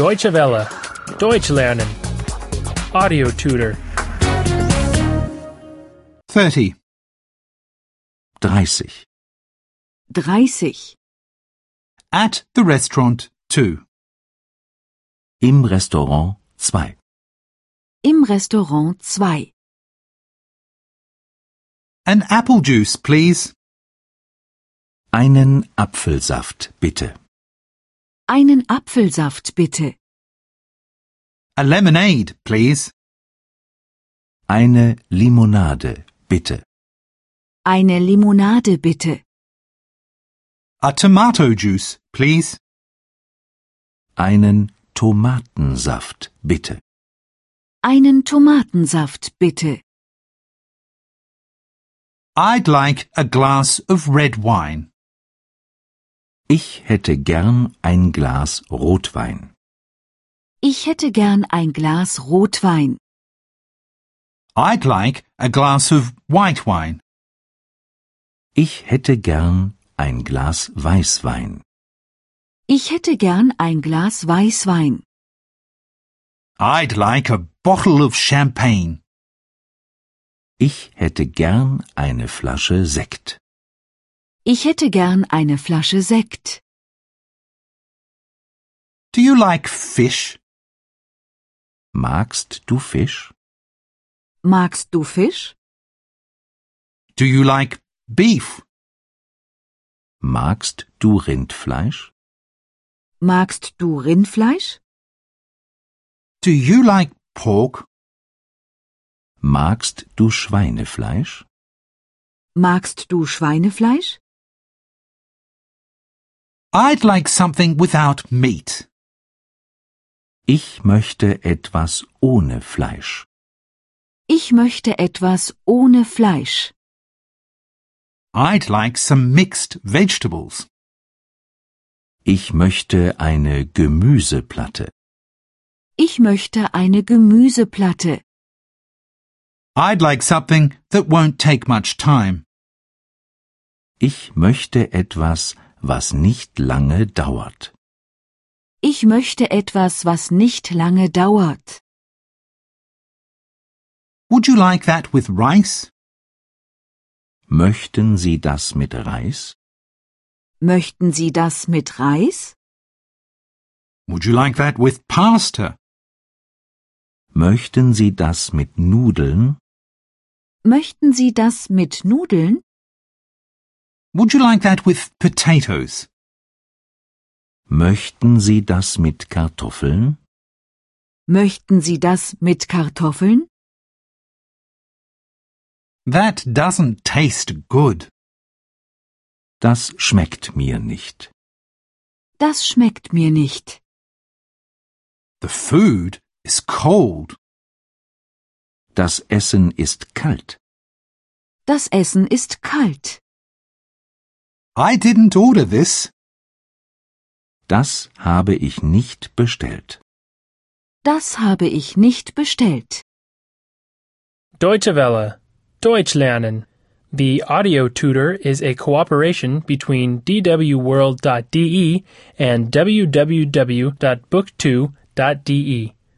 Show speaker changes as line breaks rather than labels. Deutsche Welle. Deutsch lernen. Audio tutor.
30.
30.
30.
At the restaurant 2.
Im Restaurant 2.
Im Restaurant 2.
An apple juice, please.
Einen Apfelsaft, bitte.
Einen Apfelsaft bitte.
A lemonade, please.
Eine Limonade, bitte.
Eine Limonade bitte.
A tomato juice, please.
Einen Tomatensaft, bitte.
Einen Tomatensaft bitte.
I'd like a glass of red wine.
Ich hätte gern ein Glas Rotwein.
Ich hätte gern ein Glas Rotwein.
I'd like a glass of white wine.
Ich hätte gern ein Glas Weißwein.
Ich hätte gern ein Glas Weißwein.
I'd like a bottle of champagne.
Ich hätte gern eine Flasche Sekt.
Ich hätte gern eine Flasche Sekt.
Do you like fish?
Magst du Fisch?
Magst du Fisch?
Do you like beef?
Magst du Rindfleisch?
Magst du Rindfleisch?
Do you like pork?
Magst du Schweinefleisch?
Magst du Schweinefleisch?
I'd like something without meat.
Ich möchte etwas ohne Fleisch.
Ich möchte etwas ohne Fleisch.
I'd like some mixed vegetables.
Ich möchte eine Gemüseplatte.
Ich möchte eine Gemüseplatte.
I'd like something that won't take much time.
Ich möchte etwas, was nicht lange dauert.
Ich möchte etwas, was nicht lange dauert.
Would you like that with rice?
Möchten Sie das mit Reis?
Möchten Sie das mit Reis?
Would you like that with pasta?
Möchten Sie das mit Nudeln?
Möchten Sie das mit Nudeln?
Would you like that with potatoes?
Möchten Sie das mit Kartoffeln?
Möchten Sie das mit Kartoffeln?
That doesn't taste good.
Das schmeckt mir nicht.
Das schmeckt mir nicht.
The food is cold.
Das Essen ist kalt.
Das Essen ist kalt.
I didn't order this.
Das habe ich nicht bestellt.
Das habe ich nicht bestellt.
Deutsche Welle. Deutsch lernen. The audio tutor is a cooperation between E dwworld.de and www.book2.de.